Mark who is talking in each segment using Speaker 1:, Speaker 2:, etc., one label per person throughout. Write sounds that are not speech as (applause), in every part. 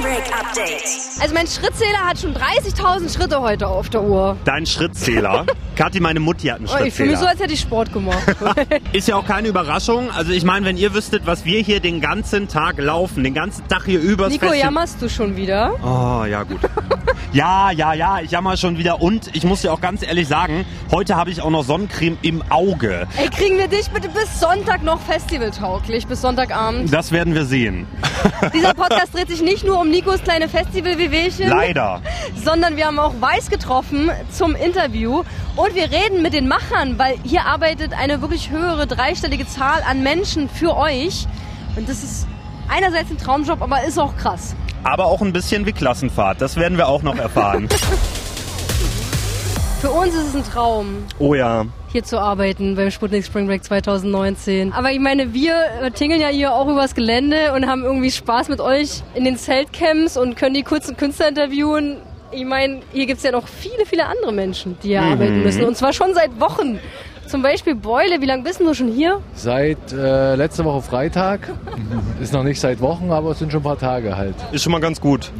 Speaker 1: Break Update.
Speaker 2: Also mein Schrittzähler hat schon 30.000 Schritte heute auf der Uhr.
Speaker 3: Dein
Speaker 2: (laughs)
Speaker 3: Schrittzähler. Kathi, meine Mutti hat einen
Speaker 2: Oh, ich fühle mich so,
Speaker 3: Schrittzähler.
Speaker 2: als hätte ich Sport gemacht.
Speaker 3: (laughs) Ist ja auch keine Überraschung. Also ich meine, wenn ihr wüsstet, was wir hier den ganzen Tag laufen, den ganzen Tag hier übers
Speaker 2: Nico,
Speaker 3: Fässchen-
Speaker 2: jammerst du schon wieder?
Speaker 3: Oh,
Speaker 2: (laughs)
Speaker 3: ja, gut. ja, ja, ja, ich jammer schon wieder. Und ich muss dir auch ganz ehrlich sagen, heute habe ich auch noch Sonnencreme im Auge.
Speaker 2: Ey, kriegen wir dich bitte bis Sonntag noch festivaltauglich, bis
Speaker 3: (laughs)
Speaker 2: Sonntagabend.
Speaker 3: Das werden wir sehen.
Speaker 2: Dieser Podcast dreht sich nicht nur um Nikos kleine Festival-Wehwehchen.
Speaker 3: Leider.
Speaker 2: (laughs) sondern wir haben auch Weiß getroffen zum Interview und wir reden mit den Machern, weil hier arbeitet eine wirklich höhere dreistellige Zahl an Menschen für euch und das ist einerseits ein Traumjob, aber ist auch krass.
Speaker 3: Aber auch ein bisschen wie Klassenfahrt. Das werden wir auch
Speaker 2: (laughs)
Speaker 3: noch erfahren.
Speaker 2: Für uns ist es ein Traum,
Speaker 3: oh ja.
Speaker 2: hier zu arbeiten beim Sputnik Spring Break 2019. Aber ich meine, wir äh, tingeln ja hier auch übers Gelände und haben irgendwie Spaß mit euch in den Zeltcamps und können die kurzen Künstler interviewen. Ich meine, hier gibt's ja noch viele, viele andere Menschen, die hier arbeiten müssen. Und zwar schon seit Wochen. Zum Beispiel Beule, wie lange bist denn du schon hier?
Speaker 4: Seit äh, letzte Woche Freitag. Ist noch nicht seit Wochen, aber es sind schon ein paar Tage halt.
Speaker 3: Ist schon mal ganz gut.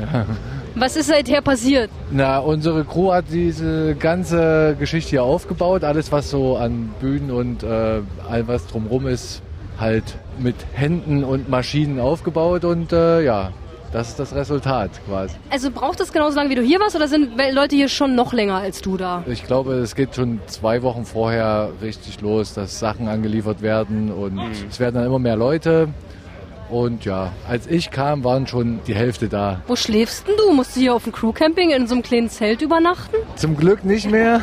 Speaker 2: Was ist seither passiert?
Speaker 4: Na, unsere Crew hat diese ganze Geschichte hier aufgebaut. Alles, was so an Bühnen und äh, all was drumrum ist, halt mit Händen und Maschinen aufgebaut. Und äh, ja, das ist das Resultat quasi.
Speaker 2: Also braucht das genauso lange, wie du hier warst, oder sind Leute hier schon noch länger als du da?
Speaker 4: Ich glaube, es geht schon zwei Wochen vorher richtig los, dass Sachen angeliefert werden und es werden dann immer mehr Leute. Und ja, als ich kam, waren schon die Hälfte da.
Speaker 2: Wo schläfst denn du? Musst du hier auf dem Crewcamping in so einem kleinen Zelt übernachten?
Speaker 4: Zum Glück nicht mehr.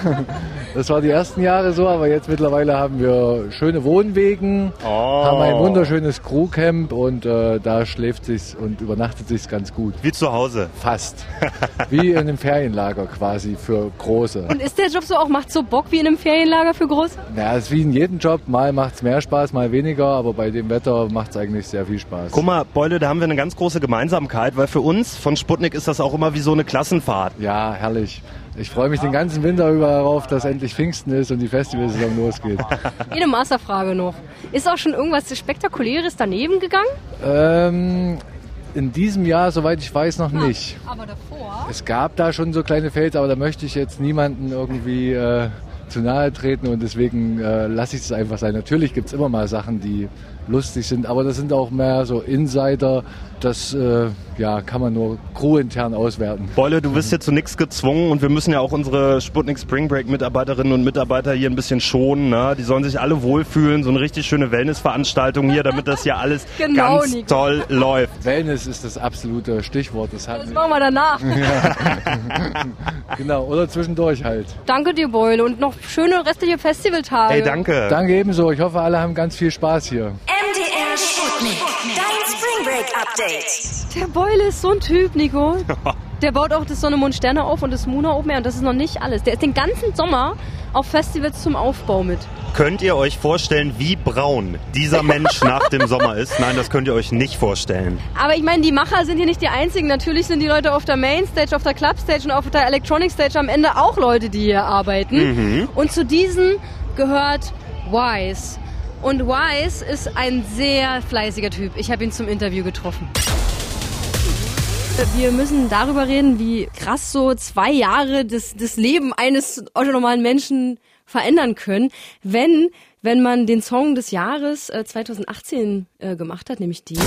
Speaker 4: Das war die ersten Jahre so, aber jetzt mittlerweile haben wir schöne Wohnwegen,
Speaker 5: Oh.
Speaker 4: haben ein wunderschönes Crewcamp und äh, da schläft sich's und übernachtet sich's ganz gut.
Speaker 3: Wie zu Hause.
Speaker 5: (laughs)
Speaker 4: Fast. Wie in einem Ferienlager quasi für Große.
Speaker 2: Und ist der Job so auch, macht so Bock wie in einem Ferienlager für Große?
Speaker 4: Ja, es ist wie in jedem Job. Mal macht's mehr Spaß, mal weniger, aber bei dem Wetter macht's eigentlich sehr viel Spaß.
Speaker 5: Guck mal, Beule, da haben wir eine ganz große Gemeinsamkeit, weil für uns von Sputnik ist das auch immer wie so eine Klassenfahrt.
Speaker 4: Ja, herrlich. Ich freue mich den ganzen Winter über darauf, dass endlich Pfingsten ist und die Festivalsaison
Speaker 5: (laughs)
Speaker 4: losgeht.
Speaker 2: Eine Masterfrage noch. Ist auch schon irgendwas Spektakuläres daneben gegangen?
Speaker 4: ähm, in diesem Jahr, soweit ich weiß,
Speaker 5: Ah.
Speaker 4: noch nicht.
Speaker 2: Aber davor.
Speaker 4: Es gab da schon so kleine Fails, aber da möchte ich jetzt niemanden irgendwie äh, zu nahe treten und deswegen äh, lasse ich es einfach sein. Natürlich gibt es immer mal Sachen, die lustig sind, aber das sind auch mehr so Insider. Das äh, ja, kann man nur crewintern auswerten.
Speaker 5: Beule, du bist hier zu nichts gezwungen und wir müssen ja auch unsere Sputnik Spring Break Mitarbeiterinnen und Mitarbeiter hier ein bisschen schonen. Ne? Die sollen sich alle wohlfühlen, so eine richtig schöne Wellnessveranstaltung hier, damit das hier alles
Speaker 2: (laughs) Genau,
Speaker 5: ganz
Speaker 2: Nico.
Speaker 5: toll läuft.
Speaker 4: Wellness ist das absolute Stichwort. Das hat
Speaker 2: Das machen wir danach.
Speaker 4: genau, oder zwischendurch halt.
Speaker 2: Danke dir, Beule, und noch schöne restliche Festivaltage.
Speaker 5: Hey, danke.
Speaker 4: Danke ebenso. Ich hoffe, alle haben ganz viel Spaß hier.
Speaker 1: MDR Sputnik. Dein Spring Break Update.
Speaker 2: Der Beule ist so ein Typ, Nico. Der baut auch das Sonne, Mond, Sterne auf und das Muna Open Air und das ist noch nicht alles. Der ist den ganzen Sommer auf Festivals zum Aufbau mit.
Speaker 3: Könnt ihr euch vorstellen, wie braun
Speaker 2: (laughs)
Speaker 3: dieser Mensch nach dem Sommer ist? Nein, das könnt ihr euch nicht vorstellen.
Speaker 2: Aber ich meine, die Macher sind hier nicht die einzigen. Natürlich sind die Leute auf der Mainstage, auf der Clubstage und auf der Electronic Stage am Ende auch Leute, die hier arbeiten. Und zu diesen gehört Wise. Und Wise ist ein sehr fleißiger Typ. Ich habe ihn zum Interview getroffen. Wir müssen darüber reden, wie krass so zwei Jahre das, das Leben eines autonomalen Menschen verändern können, wenn, wenn man den Song des Jahres äh, 2018 äh, gemacht hat, nämlich die.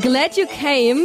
Speaker 2: Glad You Came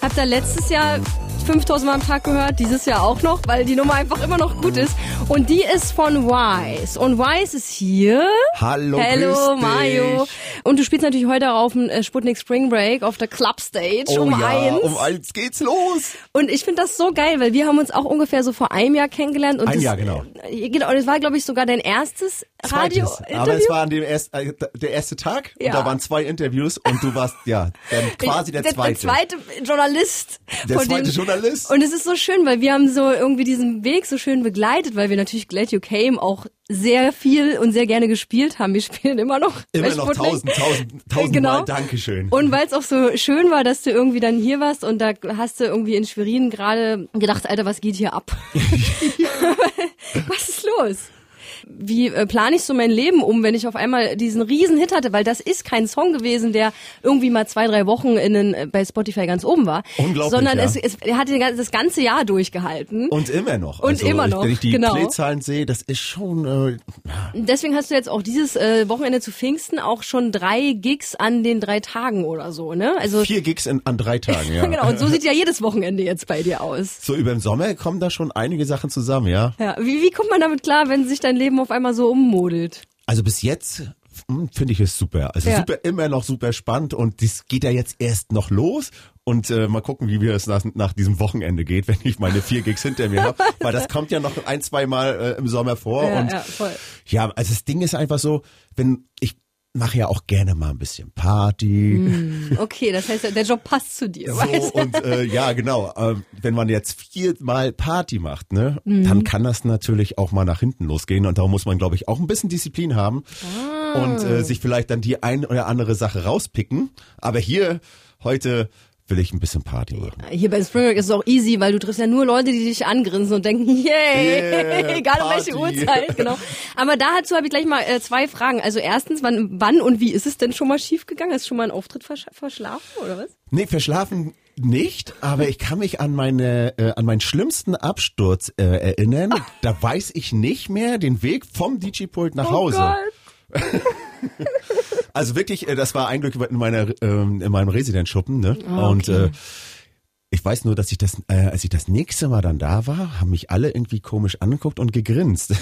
Speaker 2: habt ihr letztes Jahr 5000 Mal am Tag gehört, dieses Jahr auch noch, weil die Nummer einfach immer noch gut ist. Und die ist von Wise. Und Wise ist hier.
Speaker 6: Hallo,
Speaker 2: Hello,
Speaker 6: grüß dich.
Speaker 2: Mario. Und du spielst natürlich heute auf dem äh, Sputnik Spring Break auf der Club Stage
Speaker 6: Oh
Speaker 2: um
Speaker 6: ja,
Speaker 2: eins.
Speaker 6: um eins geht's los.
Speaker 2: Und ich finde das so geil, weil wir haben uns auch ungefähr so vor einem Jahr kennengelernt. Und
Speaker 6: Ein
Speaker 2: das,
Speaker 6: Jahr, genau.
Speaker 2: äh, Genau, das war, glaube ich, sogar dein erstes
Speaker 6: Zweites. Aber es
Speaker 2: Radio-Interview.
Speaker 6: war an dem erst, äh, der erste Tag
Speaker 2: Ja.
Speaker 6: und da waren zwei Interviews und du warst ja dann quasi der,
Speaker 2: der Der
Speaker 6: zweite.
Speaker 2: zweite Journalist.
Speaker 6: Der
Speaker 2: von
Speaker 6: zweite
Speaker 2: dem-
Speaker 6: Journalist.
Speaker 2: Und es ist so schön, weil wir haben so irgendwie diesen Weg so schön begleitet, weil wir natürlich Glad You Came auch sehr viel und sehr gerne gespielt haben. Wir spielen immer noch.
Speaker 6: Immer
Speaker 2: bei
Speaker 6: noch
Speaker 2: Sputnik.
Speaker 6: tausend, tausend, tausend
Speaker 2: Genau.
Speaker 6: Mal Dankeschön.
Speaker 2: Und weil es auch so schön war, dass du irgendwie dann hier warst und da hast du irgendwie in
Speaker 6: (laughs)
Speaker 2: Schwerin gerade gedacht, Alter, was geht hier ab? was ist los? wie äh, plane ich so mein Leben um, wenn ich auf einmal diesen riesen Hit hatte, weil das ist kein Song gewesen, der irgendwie mal zwei, drei Wochen in den, äh, bei Spotify ganz oben war,
Speaker 6: Unglaublich,
Speaker 2: sondern
Speaker 6: ja.
Speaker 2: es, es er hat den, gan- das ganze Jahr durchgehalten.
Speaker 6: Und immer noch.
Speaker 2: Und immer noch,
Speaker 6: Wenn ich die
Speaker 2: genau.
Speaker 6: Playzahlen sehe, das ist schon. Äh,
Speaker 2: Deswegen hast du jetzt auch dieses äh, Wochenende zu Pfingsten auch schon drei Gigs an den drei Tagen oder so, ne? Also
Speaker 6: vier Gigs in, an
Speaker 2: (laughs)
Speaker 6: drei Tagen, ja.
Speaker 2: genau, und so sieht ja jedes Wochenende jetzt bei dir aus.
Speaker 6: So über den Sommer kommen da schon einige Sachen zusammen, ja.
Speaker 2: Ja, wie, wie kommt man damit klar, wenn sich dein Leben auf einmal so ummodelt?
Speaker 6: Also bis jetzt hm, finde ich es super. Also
Speaker 2: Ja.
Speaker 6: super, immer noch super spannend und das geht ja jetzt erst noch los. Und äh, mal gucken, wie mir das nach, nach diesem Wochenende geht, (laughs) wenn ich meine vier Gigs hinter mir habe. Weil das kommt ja noch ein, zwei Mal äh, im Sommer vor.
Speaker 2: Ja,
Speaker 6: und
Speaker 2: ja, voll.
Speaker 6: Ja, also das Ding ist einfach so, wenn ich mache ja auch gerne mal ein bisschen Party.
Speaker 2: Mhm. Okay, das heißt, der Job passt zu dir.
Speaker 6: So,
Speaker 2: weißt du?
Speaker 6: und äh, ja, genau. Ähm, wenn man jetzt viermal Party macht, ne,
Speaker 2: Mhm.
Speaker 6: dann kann das natürlich auch mal nach hinten losgehen. Und da muss man, glaube ich, auch ein bisschen Disziplin haben
Speaker 2: Ah.
Speaker 6: und äh, sich vielleicht dann die ein oder andere Sache rauspicken. Aber hier heute will ich ein bisschen Party machen.
Speaker 2: Hier bei Springberg ist es auch easy, weil du triffst ja nur Leute, die dich angrinsen und denken, yay, (laughs)
Speaker 6: Yeah,
Speaker 2: egal um welche
Speaker 6: Party.
Speaker 2: Uhrzeit, genau. Aber dazu habe ich gleich mal äh, zwei Fragen. Also erstens, wann, wann und wie ist es denn schon mal schief gegangen? Ist schon mal ein Auftritt versch verschlafen oder was?
Speaker 6: Nee, verschlafen nicht, aber ich kann mich an meine äh, an meinen schlimmsten Absturz äh, erinnern.
Speaker 2: Ah.
Speaker 6: Da weiß ich nicht mehr den Weg vom DJ-Pult nach Hause.
Speaker 2: Oh Gott.
Speaker 6: Also wirklich, äh, das war ein Glück in, meiner, ähm, in meinem Residenzschuppen. Ne?
Speaker 2: Ah,
Speaker 6: Und äh, ich weiß nur, dass ich das, äh, als ich das nächste Mal dann da war, haben mich alle irgendwie komisch angeguckt und gegrinst.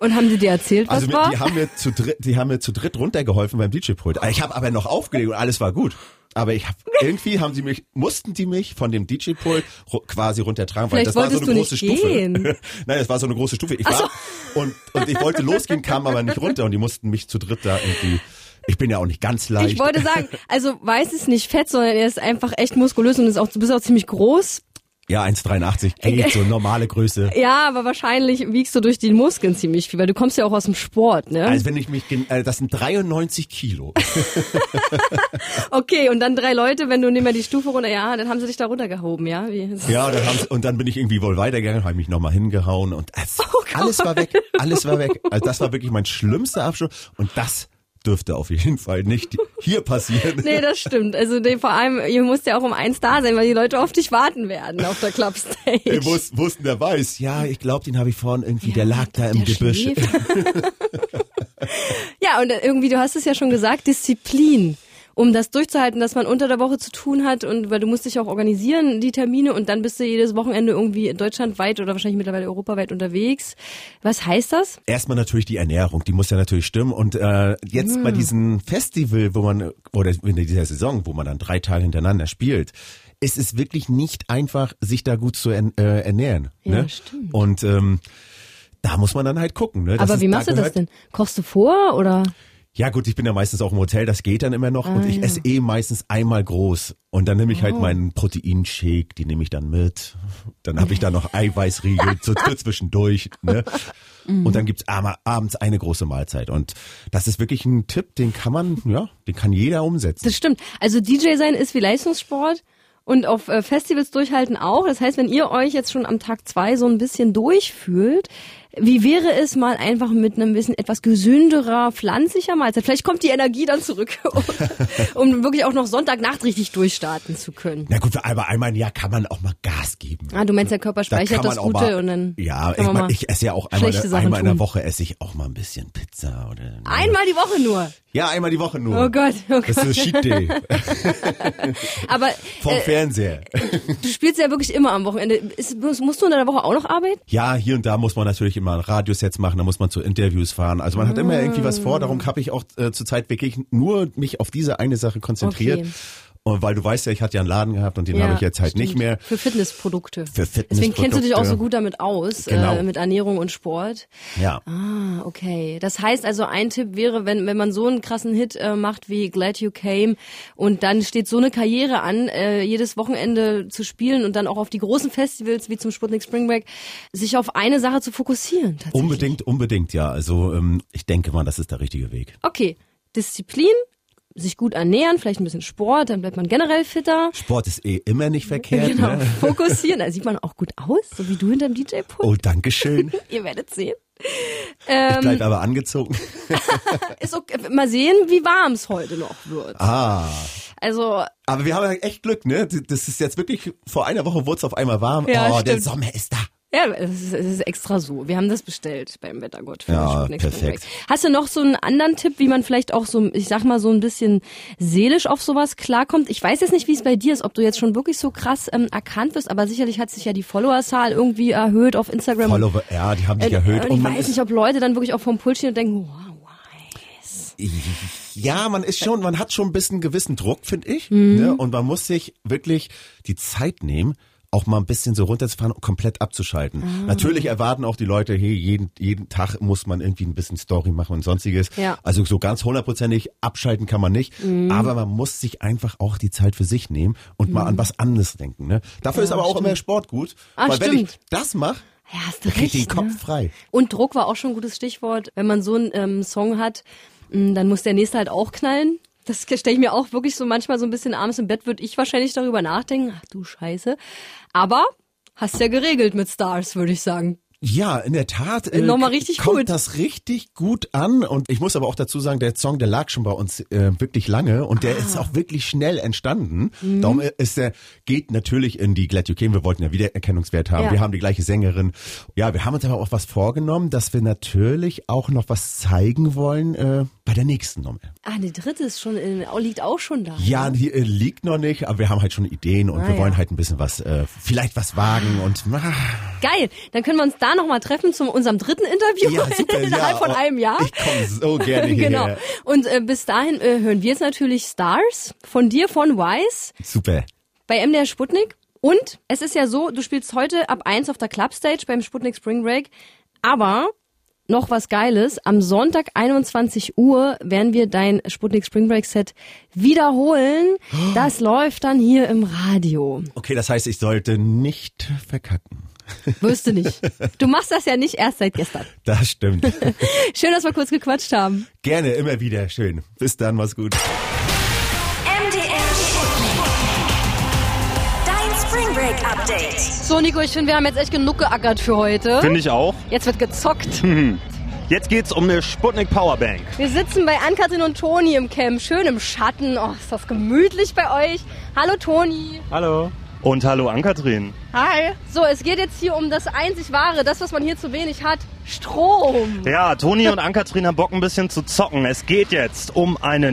Speaker 2: Und haben sie dir erzählt, was
Speaker 6: Also mir,
Speaker 2: war?
Speaker 6: die haben mir zu dritt, die haben mir zu dritt runtergeholfen beim DJ-Pult. Ich habe aber noch aufgelegt und alles war gut. Aber ich hab, irgendwie haben sie mich, mussten die mich von dem DJ-Pult ru- quasi runtertragen, weil
Speaker 2: Vielleicht
Speaker 6: das war so
Speaker 2: wolltest
Speaker 6: eine
Speaker 2: du
Speaker 6: große
Speaker 2: nicht
Speaker 6: Stufe.
Speaker 2: gehen.
Speaker 6: (laughs) Nein, das war so eine große Stufe. Ich war und, und ich wollte losgehen, kam aber nicht runter und die mussten mich zu dritt da irgendwie. Ich bin ja auch nicht ganz leicht.
Speaker 2: Ich wollte sagen, also weiß ist nicht fett, sondern er ist einfach echt muskulös und ist auch, du bist auch ziemlich groß.
Speaker 6: Ja,
Speaker 2: (laughs)
Speaker 6: 1,83 geht so normale Größe.
Speaker 2: Ja, aber wahrscheinlich wiegst du durch die Muskeln ziemlich viel, weil du kommst ja auch aus dem Sport, ne?
Speaker 6: Also wenn ich mich, gen- äh, das sind 93 Kilo.
Speaker 2: okay, und dann drei Leute, wenn du nicht mehr die Stufe runter, ja, dann haben sie dich da runtergehoben, ja? Wie?
Speaker 6: Ja, dann haben's, und dann bin ich irgendwie wohl weitergegangen, habe mich nochmal hingehauen und es,
Speaker 2: Oh Gott.
Speaker 6: alles war weg, alles war weg. Also das war wirklich mein schlimmster Abschluss und das dürfte auf jeden Fall nicht hier passieren.
Speaker 2: Nee, das stimmt. Also nee, vor allem, ihr müsst ja auch um eins da sein, weil die Leute auf dich warten werden auf der Clubstage.
Speaker 6: Wir wus wussten, der weiß. Ja, ich glaube, den habe ich vorhin irgendwie, der lag da im Gebüsch. (laughs)
Speaker 2: ja, und äh, irgendwie, du hast es ja schon gesagt, Disziplin. Um das durchzuhalten, dass man unter der Woche zu tun hat und weil du musst dich auch organisieren, die Termine, und dann bist du jedes Wochenende irgendwie deutschlandweit oder wahrscheinlich mittlerweile europaweit unterwegs. Was heißt das?
Speaker 6: Erstmal natürlich die Ernährung, die muss ja natürlich stimmen. Und äh, jetzt
Speaker 2: Mm.
Speaker 6: bei diesem Festival, wo man, oder in dieser Saison, wo man dann drei Tage hintereinander spielt, ist es wirklich nicht einfach, sich da gut zu ern- äh, ernähren.
Speaker 2: Ja,
Speaker 6: ne?
Speaker 2: stimmt.
Speaker 6: Und ähm, da muss man dann halt gucken. Ne? Das
Speaker 2: Aber
Speaker 6: ist-
Speaker 2: wie
Speaker 6: da
Speaker 2: machst du das
Speaker 6: gehört-
Speaker 2: denn? Kochst du vor oder?
Speaker 6: Ja gut, ich bin ja meistens auch im Hotel, das geht dann immer noch. und
Speaker 2: Ah,
Speaker 6: ich esse eh meistens einmal groß. Und dann nehme ich
Speaker 2: Oh.
Speaker 6: halt meinen Proteinshake, die nehme ich dann mit. Dann habe ich da noch Eiweißriegel
Speaker 2: (laughs)
Speaker 6: so für zwischendurch. Ne? Und
Speaker 2: Mhm.
Speaker 6: dann gibt's ama- abends eine große Mahlzeit. Und das ist wirklich ein Tipp, den kann man, ja, den kann jeder umsetzen.
Speaker 2: Das stimmt. Also DJ sein ist wie Leistungssport und auf äh, Festivals durchhalten auch. Das heißt, wenn ihr euch jetzt schon am Tag zwei so ein bisschen durchfühlt, wie wäre es mal einfach mit einem bisschen etwas gesünderer, pflanzlicher Mahlzeit? Vielleicht kommt die Energie dann zurück, (laughs) um, um wirklich auch noch Sonntagnacht richtig durchstarten zu können.
Speaker 6: Na gut, aber einmal im Jahr kann man auch mal Gas geben.
Speaker 2: Ah, du meinst, der Körper
Speaker 6: Da kann
Speaker 2: speichert das
Speaker 6: man auch
Speaker 2: Gute
Speaker 6: mal,
Speaker 2: und dann kann
Speaker 6: ja, ich,
Speaker 2: man
Speaker 6: mein,
Speaker 2: mal
Speaker 6: ich äh, esse ja auch einmal,
Speaker 2: schlechte Sachen
Speaker 6: einmal in der
Speaker 2: tun.
Speaker 6: Woche esse ich auch mal ein bisschen Pizza oder
Speaker 2: Einmal die Woche nur.
Speaker 6: ja einmal die Woche nur.
Speaker 2: Oh Gott, oh
Speaker 6: Das ist
Speaker 2: Gott.
Speaker 6: Cheat Day
Speaker 2: (laughs) Aber
Speaker 6: vom
Speaker 2: äh,
Speaker 6: Fernseher.
Speaker 2: du spielst ja wirklich immer am Wochenende. Ist, musst du in der Woche auch noch arbeiten?
Speaker 6: Ja, hier und da muss man natürlich immer Radiosets machen, da muss man zu Interviews fahren. Also man hat immer irgendwie was vor, darum habe ich auch äh, zurzeit wirklich nur mich auf diese eine Sache konzentriert.
Speaker 2: Okay.
Speaker 6: Und weil du weißt ja, ich hatte ja einen Laden gehabt und den habe ich jetzt halt nicht
Speaker 2: stimmt.
Speaker 6: mehr.
Speaker 2: Für Fitnessprodukte.
Speaker 6: Für
Speaker 2: Deswegen kennst du dich auch
Speaker 6: Fitnessprodukte.
Speaker 2: so gut damit aus,
Speaker 6: Genau.
Speaker 2: äh, mit Ernährung und Sport.
Speaker 6: Ja.
Speaker 2: Ah, okay. Das heißt also, ein Tipp wäre, wenn, wenn man so einen krassen Hit äh, macht wie Glad You Came und dann steht so eine Karriere an, äh, jedes Wochenende zu spielen und dann auch auf die großen Festivals wie zum Sputnik Spring Break, sich auf eine Sache zu fokussieren. tatsächlich.
Speaker 6: Unbedingt, unbedingt, ja. Also ähm, ich denke mal, das ist der richtige Weg.
Speaker 2: Okay. Disziplin, sich gut ernähren, vielleicht ein bisschen Sport, dann bleibt man generell fitter.
Speaker 6: Sport ist eh immer nicht verkehrt.
Speaker 2: Genau,
Speaker 6: Ne?
Speaker 2: fokussieren. Da sieht man auch gut aus, so wie du hinterm DJ-Pult.
Speaker 6: Oh,
Speaker 2: (laughs)
Speaker 6: Dankeschön.
Speaker 2: Ihr werdet sehen.
Speaker 6: Ich
Speaker 2: Ähm.
Speaker 6: bleib aber angezogen.
Speaker 2: Ist okay. Mal sehen, wie warm es heute noch wird.
Speaker 6: Ah.
Speaker 2: Also,
Speaker 6: Aber wir haben ja echt Glück, ne? Das ist jetzt wirklich, vor einer Woche wurde es auf einmal warm.
Speaker 2: Ja,
Speaker 6: oh, der
Speaker 2: stimmt.
Speaker 6: Sommer ist da.
Speaker 2: ja, es ist, es ist extra so. Wir haben das bestellt beim Wettergott. für
Speaker 6: Ja,
Speaker 2: den Sputnik
Speaker 6: perfekt.
Speaker 2: Springback. Hast du noch so einen anderen Tipp, wie man vielleicht auch so, ich sag mal, so ein bisschen seelisch auf sowas klarkommt? Ich weiß jetzt nicht, wie es bei dir ist, ob du jetzt schon wirklich so krass ähm, erkannt wirst, aber sicherlich hat sich ja die Followerzahl irgendwie erhöht auf Instagram.
Speaker 6: Follower, ja, die haben dich
Speaker 2: Äh,
Speaker 6: erhöht.
Speaker 2: Und ich weiß nicht, ob Leute dann wirklich auch vom Pult stehen und denken, wow,
Speaker 6: Ja, man ist schon, man hat schon ein bisschen gewissen Druck, finde ich.
Speaker 2: Mhm.
Speaker 6: Ne? Und man muss sich wirklich die Zeit nehmen, auch mal ein bisschen so runterzufahren und komplett abzuschalten.
Speaker 2: Ah.
Speaker 6: Natürlich erwarten auch die Leute, hey, jeden, jeden Tag muss man irgendwie ein bisschen Story machen und sonstiges.
Speaker 2: Ja. Mhm.
Speaker 6: Also so ganz hundertprozentig abschalten kann man nicht. Aber man muss sich einfach auch die Zeit für sich nehmen und mal an was anderes denken. Ne? Dafür ist aber auch immer Sport gut.
Speaker 2: Ah,
Speaker 6: weil wenn ich
Speaker 2: stimmt.
Speaker 6: das mache,
Speaker 2: ja, hast du
Speaker 6: kriege ich
Speaker 2: recht.
Speaker 6: den Kopf
Speaker 2: ne?
Speaker 6: frei.
Speaker 2: Und Druck war auch schon ein gutes Stichwort. Wenn man so einen ähm, Song hat, mh, dann muss der nächste halt auch knallen. Das (laughs) stelle ich mir auch wirklich so manchmal so ein bisschen abends im Bett, würde ich wahrscheinlich darüber nachdenken. Ach du Scheiße. Aber hast ja geregelt mit Stars, würde ich sagen.
Speaker 6: Ja, in der Tat. Äh,
Speaker 2: Nochmal richtig
Speaker 6: kommt
Speaker 2: gut.
Speaker 6: das richtig gut an. Und ich muss aber auch dazu sagen, der Song, der lag schon bei uns äh, wirklich lange und der
Speaker 2: Ah.
Speaker 6: ist auch wirklich schnell entstanden.
Speaker 2: Mhm.
Speaker 6: Darum ist der, geht natürlich in die Glattjukeen. Wir wollten ja Wiedererkennungswert haben.
Speaker 2: Ja.
Speaker 6: Wir haben die gleiche Sängerin. Ja, wir haben uns aber auch was vorgenommen, dass wir natürlich auch noch was zeigen wollen äh, bei der nächsten Nummer.
Speaker 2: Ah, die dritte ist schon in, liegt auch schon da.
Speaker 6: Ja, die äh, liegt noch nicht, aber wir haben halt schon Ideen und
Speaker 2: Ah,
Speaker 6: wir
Speaker 2: ja.
Speaker 6: wollen halt ein bisschen was, äh, vielleicht was wagen und... ah,
Speaker 2: (laughs) Geil. Dann können wir uns da nochmal treffen zu unserem dritten Interview (laughs)
Speaker 6: Ja, super,
Speaker 2: innerhalb
Speaker 6: ja.
Speaker 2: von
Speaker 6: Oh,
Speaker 2: einem Jahr.
Speaker 6: Ich komme so gerne
Speaker 2: (laughs)
Speaker 6: hierher.
Speaker 2: genau. Und äh, bis dahin äh, hören wir jetzt natürlich Stars von dir, von Wise.
Speaker 6: Super.
Speaker 2: bei MDR Sputnik. Und es ist ja so, du spielst heute ab 1 auf der Clubstage beim Sputnik Spring Break. Aber noch was Geiles, am Sonntag 21 Uhr werden wir dein Sputnik Spring Break Set wiederholen. Das läuft dann hier im Radio.
Speaker 6: Okay, das heißt, ich sollte nicht verkacken.
Speaker 2: Wirst du nicht. Du machst das ja nicht erst seit gestern.
Speaker 6: Das stimmt.
Speaker 2: Schön, dass wir kurz gequatscht haben.
Speaker 6: (laughs) Gerne, immer wieder. Schön. Bis dann, mach's gut.
Speaker 1: MDR Sputnik. Dein Spring Break Update.
Speaker 2: So, Nico, ich finde, wir haben jetzt echt genug geackert für heute.
Speaker 3: Finde ich auch.
Speaker 2: Jetzt wird gezockt.
Speaker 3: Jetzt geht's um eine Sputnik Powerbank.
Speaker 2: Wir sitzen bei Ann-Kathrin und Toni im Camp, schön im Schatten. Oh, ist das gemütlich bei euch. Hallo Toni.
Speaker 5: Hallo.
Speaker 3: Und hallo Ankatrin.
Speaker 2: Hi. So, es geht jetzt hier um das einzig wahre, das, was man hier zu wenig hat, Strom.
Speaker 3: Ja, Toni und Ankatrin haben Bock ein bisschen zu zocken. Es geht jetzt um eine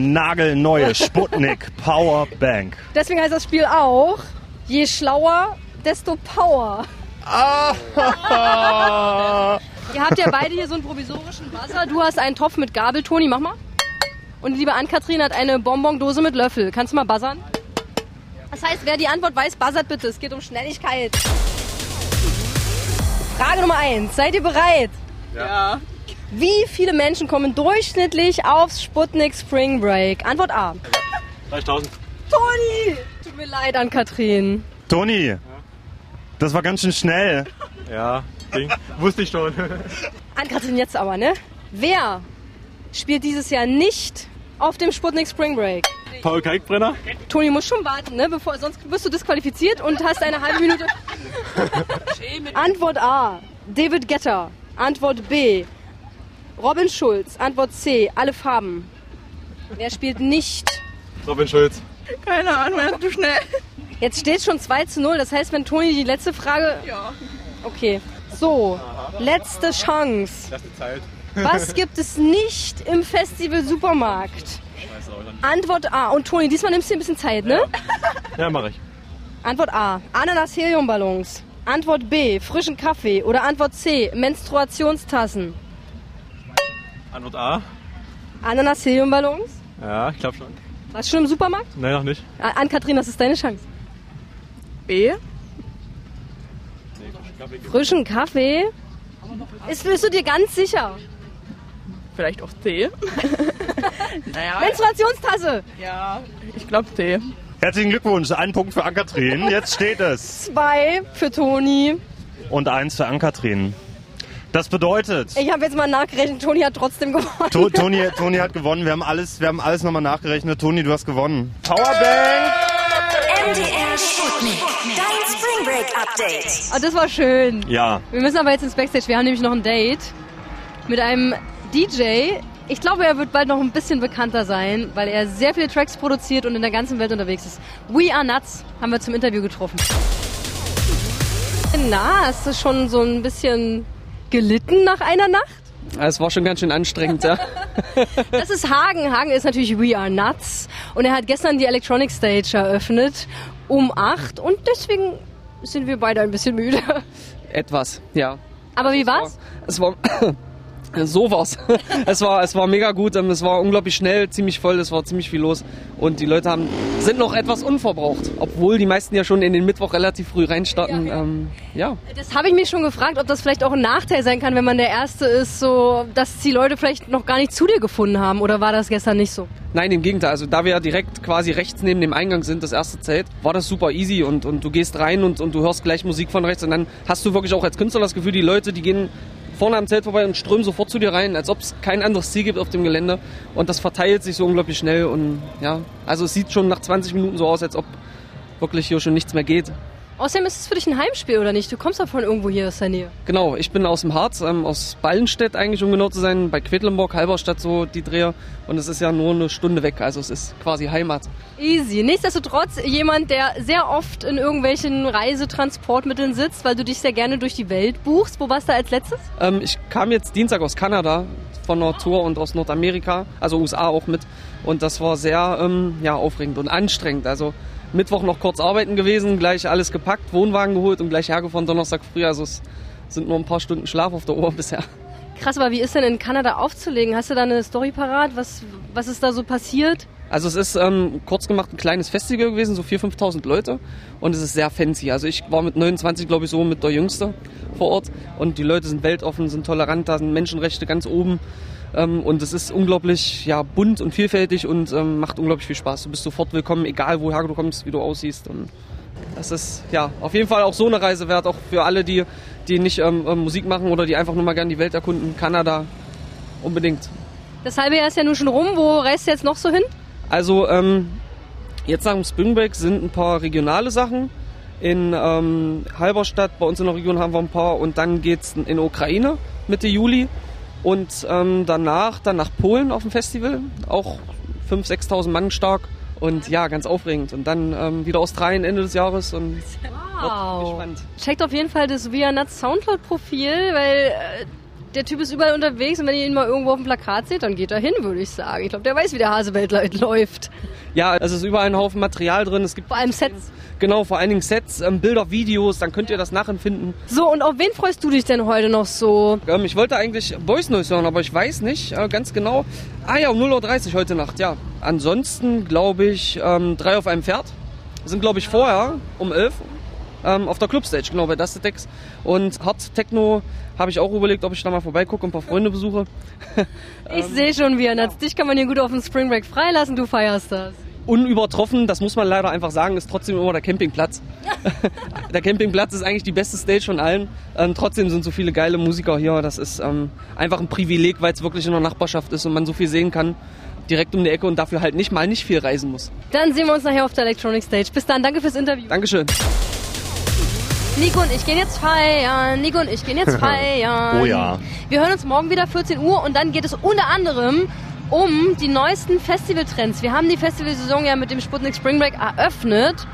Speaker 2: (laughs)
Speaker 3: nagelneue Sputnik Powerbank.
Speaker 2: Deswegen heißt das Spiel auch, je schlauer, desto Power. (laughs) Ihr habt ja beide hier so einen provisorischen Wasser. Du hast einen Topf mit Gabel, Toni, mach mal. Und die liebe Ann-Kathrin hat eine Bonbondose mit Löffel. Kannst du mal buzzern? Das heißt, wer die Antwort weiß, buzzert bitte. Es geht um Schnelligkeit. Frage Nummer eins. Seid ihr bereit? Ja. Wie viele Menschen kommen durchschnittlich aufs Sputnik Spring Break? Antwort A.
Speaker 5: 3000.
Speaker 2: Toni! Tut mir leid an Katrin.
Speaker 3: Toni, das war ganz schön schnell.
Speaker 5: Ja, Ding. Wusste ich schon.
Speaker 2: An Katrin jetzt aber, ne? Wer spielt dieses Jahr nicht auf dem Sputnik Spring Break?
Speaker 5: Paul Kalkbrenner.
Speaker 2: Toni muss schon warten, ne? Bevor, sonst wirst du disqualifiziert und hast eine halbe Minute. Antwort A. David Getter. Antwort B. Robin Schulz. Antwort C. Alle Farben. Wer spielt nicht?
Speaker 5: Robin Schulz.
Speaker 7: Keine Ahnung, er ist zu schnell.
Speaker 2: Jetzt steht schon 2 zu 0. Das heißt, wenn Toni die letzte Frage.
Speaker 7: Ja.
Speaker 2: Okay. So, letzte Chance.
Speaker 5: Lass die Zeit. (laughs)
Speaker 2: Was gibt es nicht im Festival Supermarkt? Antwort A. Und Toni, diesmal nimmst du dir ein bisschen Zeit, ne?
Speaker 5: Ja, mache ich.
Speaker 2: Antwort A. Ananas Heliumballons. Antwort B. Frischen Kaffee. Oder Antwort C. Menstruationstassen.
Speaker 5: Antwort A.
Speaker 2: Ananas Heliumballons.
Speaker 5: Ja, ich glaube schon.
Speaker 2: Warst du schon im Supermarkt?
Speaker 5: Nein, noch nicht.
Speaker 2: Ah, Ann-Kathrin, das ist deine Chance.
Speaker 7: B?
Speaker 2: Frischen Kaffee? Ist, bist du dir ganz sicher?
Speaker 7: Vielleicht auch C. naja,
Speaker 2: Menstruationstasse.
Speaker 7: ja, ich glaube C.
Speaker 3: Herzlichen Glückwunsch, ein Punkt für Ankatrin. Jetzt steht es.
Speaker 2: Zwei für Toni.
Speaker 3: Und eins für Ankatrin.
Speaker 5: Das bedeutet,
Speaker 2: Ich habe jetzt mal nachgerechnet, Toni hat trotzdem gewonnen.
Speaker 5: To Toni, Toni hat gewonnen. Wir haben alles, wir haben alles nochmal nachgerechnet. Toni, du hast gewonnen. Powerbank!
Speaker 1: MDR Sputnik. Dein Spring Break Update.
Speaker 2: Ah, das war schön.
Speaker 5: Ja,
Speaker 2: Wir müssen aber jetzt ins Backstage. Wir haben nämlich noch ein Date mit einem DJ. Ich glaube, er wird bald noch ein bisschen bekannter sein, weil er sehr viele Tracks produziert und in der ganzen Welt unterwegs ist. We Are Nuts haben wir zum Interview getroffen. Na, hast du schon so ein bisschen gelitten nach einer Nacht?
Speaker 8: Ah, Es war schon ganz schön
Speaker 2: (laughs)
Speaker 8: anstrengend, ja.
Speaker 2: Das ist Hagen. Hagen ist natürlich We Are Nuts. Und er hat gestern die Electronic Stage eröffnet um 8 und deswegen sind wir beide ein bisschen müde.
Speaker 8: Etwas, ja.
Speaker 2: Aber wie war's?
Speaker 8: Es war (coughs) so war's. (laughs) Es war, es war mega gut. ähm, Es war unglaublich schnell, ziemlich voll. Es war ziemlich viel los und die Leute haben sind noch etwas unverbraucht, obwohl die meisten ja schon in den Mittwoch relativ früh reinstarten.
Speaker 2: Ja, ja.
Speaker 8: Ähm, ja.
Speaker 2: Das habe ich mich schon gefragt, ob das vielleicht auch ein Nachteil sein kann, wenn man der Erste ist, so, dass die Leute vielleicht noch gar nicht zu dir gefunden haben. Oder war das gestern nicht so?
Speaker 8: Nein, im Gegenteil. Also da wir ja direkt quasi rechts neben dem Eingang sind, das erste Zelt, war das super easy und, und du gehst rein und, und du hörst gleich Musik von rechts und dann hast du wirklich auch als Künstler das Gefühl, die Leute, die gehen vorne am Zelt vorbei und strömen sofort zu dir rein, als ob es kein anderes Ziel gibt auf dem Gelände und das verteilt sich so unglaublich schnell und ja, also es sieht schon nach 20 Minuten so aus, als ob wirklich hier schon nichts mehr geht.
Speaker 2: Außerdem ist es für dich ein Heimspiel, oder nicht? Du kommst ja von irgendwo hier aus der Nähe.
Speaker 8: Genau, ich bin aus dem Harz, ähm, aus Ballenstedt eigentlich, um genau zu sein, bei Quedlinburg, Halberstadt so die Dreher und es ist ja nur eine Stunde weg, also es ist quasi Heimat.
Speaker 2: Easy. Nichtsdestotrotz jemand, der sehr oft in irgendwelchen Reisetransportmitteln sitzt, weil du dich sehr gerne durch die Welt buchst. Wo warst du als letztes?
Speaker 8: Ähm, ich kam jetzt Dienstag aus Kanada von einer Tour und aus Nordamerika, also USA auch mit. Und das war sehr ähm, ja, aufregend und anstrengend. Also Mittwoch noch kurz arbeiten gewesen, gleich alles gepackt, Wohnwagen geholt und gleich hergefahren Donnerstag früh. Also es sind nur ein paar Stunden Schlaf auf der Uhr (laughs) bisher.
Speaker 2: Krass, aber wie ist denn in Kanada aufzulegen? Hast du da eine Story parat? Was, was ist da so passiert?
Speaker 8: Also es ist ähm, kurz gemacht ein kleines Festival gewesen, so 4.000, 5.000 Leute und es ist sehr fancy. Also ich war mit 29, glaube ich, so mit der Jüngste vor Ort und die Leute sind weltoffen, sind tolerant, da sind Menschenrechte ganz oben ähm, und es ist unglaublich ja, bunt und vielfältig und ähm, macht unglaublich viel Spaß. Du bist sofort willkommen, egal woher du kommst, wie du aussiehst und das ist ja auf jeden Fall auch so eine Reise wert, auch für alle, die, die nicht ähm, ähm, Musik machen oder die einfach nur mal gerne die Welt erkunden. Kanada unbedingt.
Speaker 2: Das halbe Jahr ist ja nun schon rum. Wo reist du jetzt noch so hin?
Speaker 8: Also ähm, jetzt nach dem Spring Break sind ein paar regionale Sachen. In ähm, Halberstadt, bei uns in der Region haben wir ein paar und dann geht's in Ukraine Mitte Juli und ähm, danach dann nach Polen auf dem Festival, auch 5.000, 6.000 Mann stark und ja, ganz aufregend. Und dann ähm, wieder Australien Ende des Jahres und wird gespannt.
Speaker 2: Checkt auf jeden Fall das Via Nuts Soundcloud-Profil, weil äh, der Typ ist überall unterwegs und wenn ihr ihn mal irgendwo auf dem Plakat seht, dann geht er hin, würde ich sagen. Ich glaube, der weiß, wie der Hasewelt le- (laughs) läuft.
Speaker 8: Ja, also es ist überall ein Haufen Material drin, es gibt
Speaker 2: Vor allem Sets.
Speaker 8: genau vor allen Dingen Sets, ähm, Bilder, Videos, dann könnt ihr das nachempfinden.
Speaker 2: So, und auf wen freust du dich denn heute noch so?
Speaker 8: Ähm, ich wollte eigentlich Voice Noise hören, aber ich weiß nicht äh, ganz genau. Ah ja, um 0.30 Uhr heute Nacht, ja. Ansonsten glaube ich, ähm, drei auf einem Pferd. Sind glaube ich vorher um 11 ähm, auf der Clubstage, genau, bei Das Dex. Und Hard Techno habe ich auch überlegt, ob ich da mal vorbeigucke und ein paar Freunde besuche.
Speaker 2: Ich sehe schon Via Nuts. Dich kann man hier gut auf dem Spring Break freilassen, du feierst das.
Speaker 8: Unübertroffen, das muss man leider einfach sagen, ist trotzdem immer der Campingplatz. der Campingplatz ist eigentlich die beste Stage von allen. Ähm, trotzdem sind so viele geile Musiker hier. Das ist ähm, einfach ein Privileg, weil es wirklich in der Nachbarschaft ist und man so viel sehen kann. Direkt um die Ecke und dafür halt nicht mal nicht viel reisen muss.
Speaker 2: Dann sehen wir uns nachher auf der Electronic Stage. Bis dann, danke fürs Interview.
Speaker 8: Dankeschön.
Speaker 2: Nico und ich gehen jetzt feiern. Nico und ich gehen jetzt feiern.
Speaker 5: Oh ja.
Speaker 2: Wir hören uns morgen wieder 14 Uhr und dann geht es unter anderem um die neuesten Festivaltrends. Wir haben die Festivalsaison ja mit dem Sputnik Spring Break eröffnet.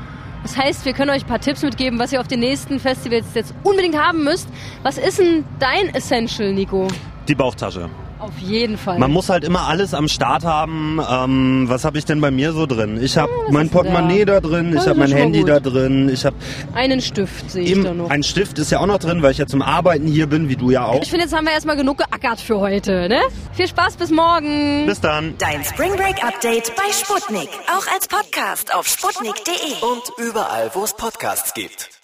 Speaker 2: Das heißt, wir können euch ein paar Tipps mitgeben, was ihr auf den nächsten Festivals jetzt unbedingt haben müsst. Was ist denn dein Essential, Nico?
Speaker 5: die Bauchtasche.
Speaker 2: Auf jeden Fall.
Speaker 5: Man muss halt immer alles am Start haben. Ähm, was habe ich denn bei mir so drin? Ich habe mein
Speaker 2: ist denn
Speaker 5: Portemonnaie da, drin,
Speaker 2: Das
Speaker 5: ich
Speaker 2: ist
Speaker 5: habe mein
Speaker 2: schon mal
Speaker 5: Handy
Speaker 2: gut.
Speaker 5: da drin, ich habe
Speaker 2: Einen Stift sehe ich da
Speaker 5: eben
Speaker 2: noch.
Speaker 5: ein Stift ist ja auch noch drin, weil ich ja zum Arbeiten hier bin, wie du ja auch.
Speaker 2: Ich finde, jetzt haben wir erstmal genug geackert für heute. Ne? Viel Spaß, bis morgen.
Speaker 5: Bis dann.
Speaker 1: Dein Spring Break Update bei Sputnik. Auch als Podcast auf sputnik.de.
Speaker 9: Und überall, wo es Podcasts gibt.